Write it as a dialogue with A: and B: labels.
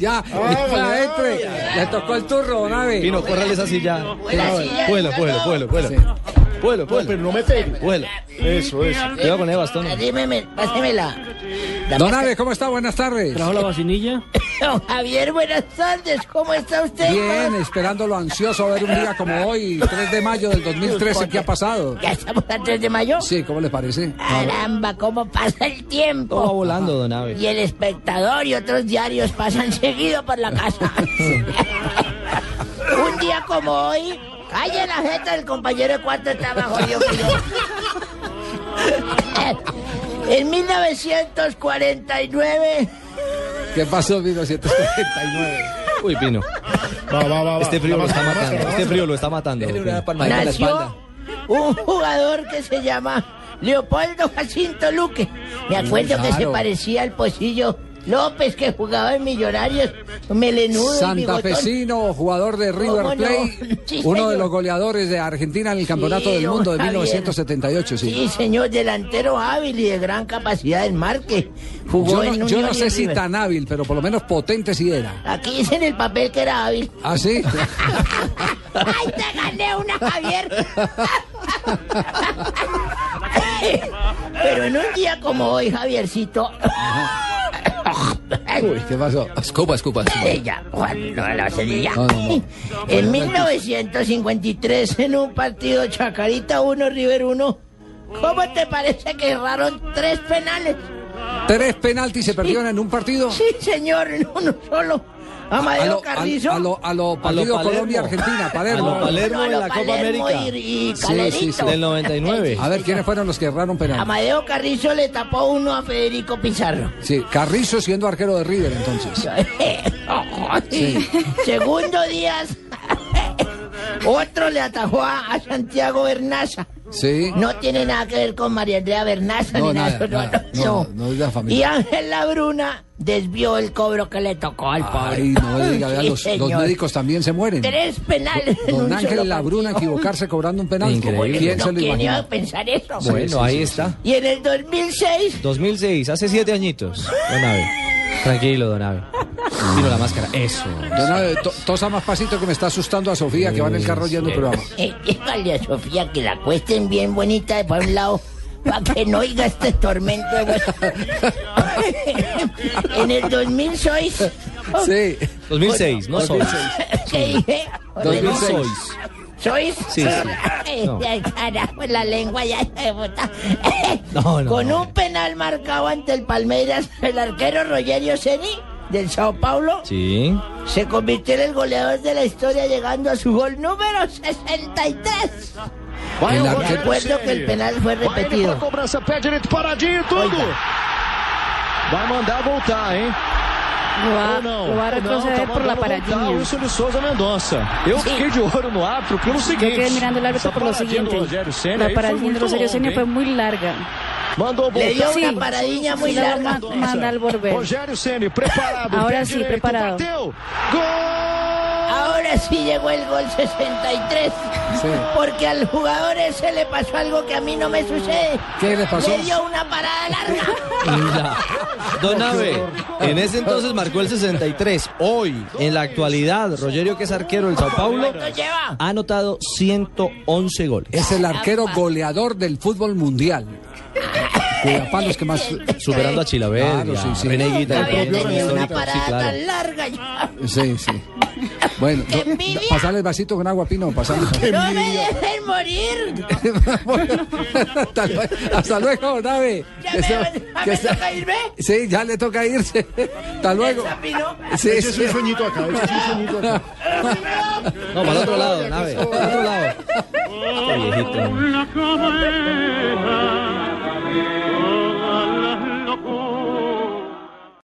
A: Ah, ah, entre. Le tocó el turno, Nave.
B: Pino, córrale esa silla. Vuela, vuela, vuela, vuela. Vuela, vuela.
C: Pero no me pegue.
B: Vuela.
C: Eso, eso.
B: Te voy a poner bastón.
D: Eh, Dímeme, pásemela.
A: Don Nave, ¿cómo está? Buenas tardes.
E: ¿Trajo la vacinilla?
D: Don Javier, buenas tardes. ¿Cómo está usted?
A: Bien, esperándolo ansioso a ver un día como hoy, 3 de mayo del 2013, ¿qué ha pasado?
D: ¿Ya estamos a 3 de mayo?
A: Sí, ¿cómo le parece?
D: Caramba, cómo pasa el
B: Todo va
D: tiempo.
B: volando, don Aves.
D: Y el espectador y otros diarios pasan seguido por la casa. Un día como hoy, calle en la jeta del compañero de cuarto está más jodido que yo. En 1949,
A: ¿Qué pasó en 1939?
B: Uy, Pino.
C: Va, va, va. va.
B: Este frío lo está
C: Vamos,
B: matando.
C: vamos,
B: Este frío lo está matando. Pino.
D: nació un jugador que se llama Leopoldo Jacinto Luque. Me acuerdo que se
A: Mm, claro.
D: parecía al pocillo López que jugaba en Millonarios, melenudo,
A: Santa
D: bigotón.
A: Fecino, jugador de River
D: ¿Cómo no?
A: Plate,
D: Sí,
A: uno
D: señor.
A: de los goleadores de Argentina en el Campeonato del
D: don
A: Mundo de
D: Javier.
A: 1978, sí.
D: Sí, señor, delantero hábil y de gran capacidad del marque. Jugó
A: Yo
D: en
A: no,
D: Unión
A: yo no
D: y
A: sé si
D: River.
A: tan hábil, pero por lo menos potente sí era.
D: Aquí dice en el papel que era hábil.
A: ¿Ah, sí?
D: ¡Ay, te gané una, Javier! Pero en un día como hoy, Javiercito...
A: Uy, ¿qué pasó?
F: Escupa, escupa.
D: Ella, Juan, no la cerilla.
A: No, no, no.
D: En 1953, en un partido Chacarita 1, River 1, ¿cómo te parece que erraron tres penales?
A: Tres penaltis se perdieron en un partido.
D: Sí, señor, en uno solo.
A: A
D: Amadeo
A: lo, a,
D: Carrizo.
A: a lo, a lo partido
B: Palermo.
A: Colombia-Argentina,
B: A lo
A: Palermo.
B: Palermo
D: No,
B: en
D: no,
B: la Copa
D: Palermo
B: América.
D: Y, y
A: Sí,
D: Calerito.
A: sí, sí.
B: Del 99.
C: Ah,
A: A ver, ¿quiénes fueron los que erraron penal?
D: Amadeo Carrizo le tapó uno a Federico Pizarro.
A: Sí, Carrizo siendo arquero de River entonces.
D: Segundo Díaz. Otro le atajó a, a Santiago Bernaza.
A: Sí.
D: No tiene nada que ver con María Andrea Bernaza
A: No,
D: ni nada.
A: nada, nada. No, no es la familia.
D: Y Ángel Labruna desvió el cobro que le tocó al pobre.
A: Ay, no me diga, vea,
D: Sí,
A: los, los
D: señor.
A: médicos también se mueren.
D: Tres penales. en
A: Don
D: un solo
A: Ángel Labruna
D: partido.
A: equivocarse cobrando un penal.
B: Increíble.
A: ¿Quién
D: No,
A: se lo
D: ¿Quién iba a
A: imagina?
D: pensar eso?
B: Bueno, ahí está.
D: Y en el 2006,
B: 2006, hace siete añitos. Don Aves. Tranquilo, don Aves. Pino la máscara. Eso.
A: Don Abe, to- tosa más pasito que me está asustando a Sofía que va en el carro yendo el programa.
D: eh, dígale a Sofía que la cuesten bien bonita de para un lado. Para que no oiga este tormento. de voz. en el 2006,
A: Sí.
B: 2006, no soy.
D: ¿qué dije?
A: 2006.
D: ¿Sois?
B: Sí, sí.
D: Ay,
B: No.
D: ay, carajo, la lengua ya se bota.
B: No, no,
D: Con
B: no.
D: un penal marcado ante el Palmeiras, el arquero Rogerio Ceni del Sao Paulo
B: Sí.
D: se convirtió en el goleador de la historia llegando a su gol número 63.
A: El
D: Bueno,
A: arquero-
D: recuerdo que el penal fue
C: Vai ele pra
D: repetido.
C: cobrança, pé direito paradinho, tudo. Vai mandar voltar, hein?
G: Lo va,
C: Ou não?
G: lo va a
C: Ou não,
G: retroceder
C: tá
G: por la
C: mandando voltar o
G: paradilla.
C: Wilson de Souza Mendonça. Eu
D: Sim.
C: fiquei de olho no árbitro pelo seguinte.
G: Yo quedé mirando el árbitro
C: essa
G: por lo
C: paradinha do
G: siguiente.
C: Rogério Ceni aí
G: La
C: foi
G: paradilla de
C: muito
G: Rosario
C: longa,
G: Ceni
C: hein?
G: fue muy larga.
C: Mandou
D: Le dio
C: voltar.
D: una paradiña muy
G: Sí, la
D: larga.
G: ma- manda al volver.
C: Rogério Ceni preparado.
G: Agora
C: pé
G: sim,
C: direito,
G: preparado.
C: Bateu. Gol!
D: Ahora sí llegó el gol 63.
A: Sí.
D: Porque al jugador ese le pasó algo que a mí no me sucede.
A: ¿Qué le pasó?
D: Le dio una parada larga.
B: Mira, Don Abe, en ese entonces marcó el 63. Hoy, en la actualidad, Rogerio, que es arquero del Sao Paulo,
D: ¿Cuánto lleva?
B: ha anotado 111 goles.
A: Es el arquero goleador del fútbol mundial. Cuida palos que más.
B: Superando a Chilaver,
A: Claro,
B: y a
A: sí, sí.
B: René Higuita,
D: No
B: el
D: había
B: propio
D: tenido una
B: histórico. Sí,
D: parada
B: claro.
D: tan larga. ya.
A: Sí, sí. Bueno,
D: ¡Qué
A: do-
D: envidia!
A: pasarle el vasito con agua pino, pasarle.
D: No me dejen morir.
A: Bueno, hasta, luego, hasta luego, Nave.
D: Ya
A: Que
D: me,
A: sea-
D: ya
A: que
D: me
A: sea-
D: toca irme.
A: Sí, ya le toca irse. Hasta luego.
D: El sapino.
A: Sí,
C: Esse é
A: sí.
C: o Juanito acá, esse é o Juanito acá.
B: No, para otro lado, Don Abe, para otro lado. Qué viejito.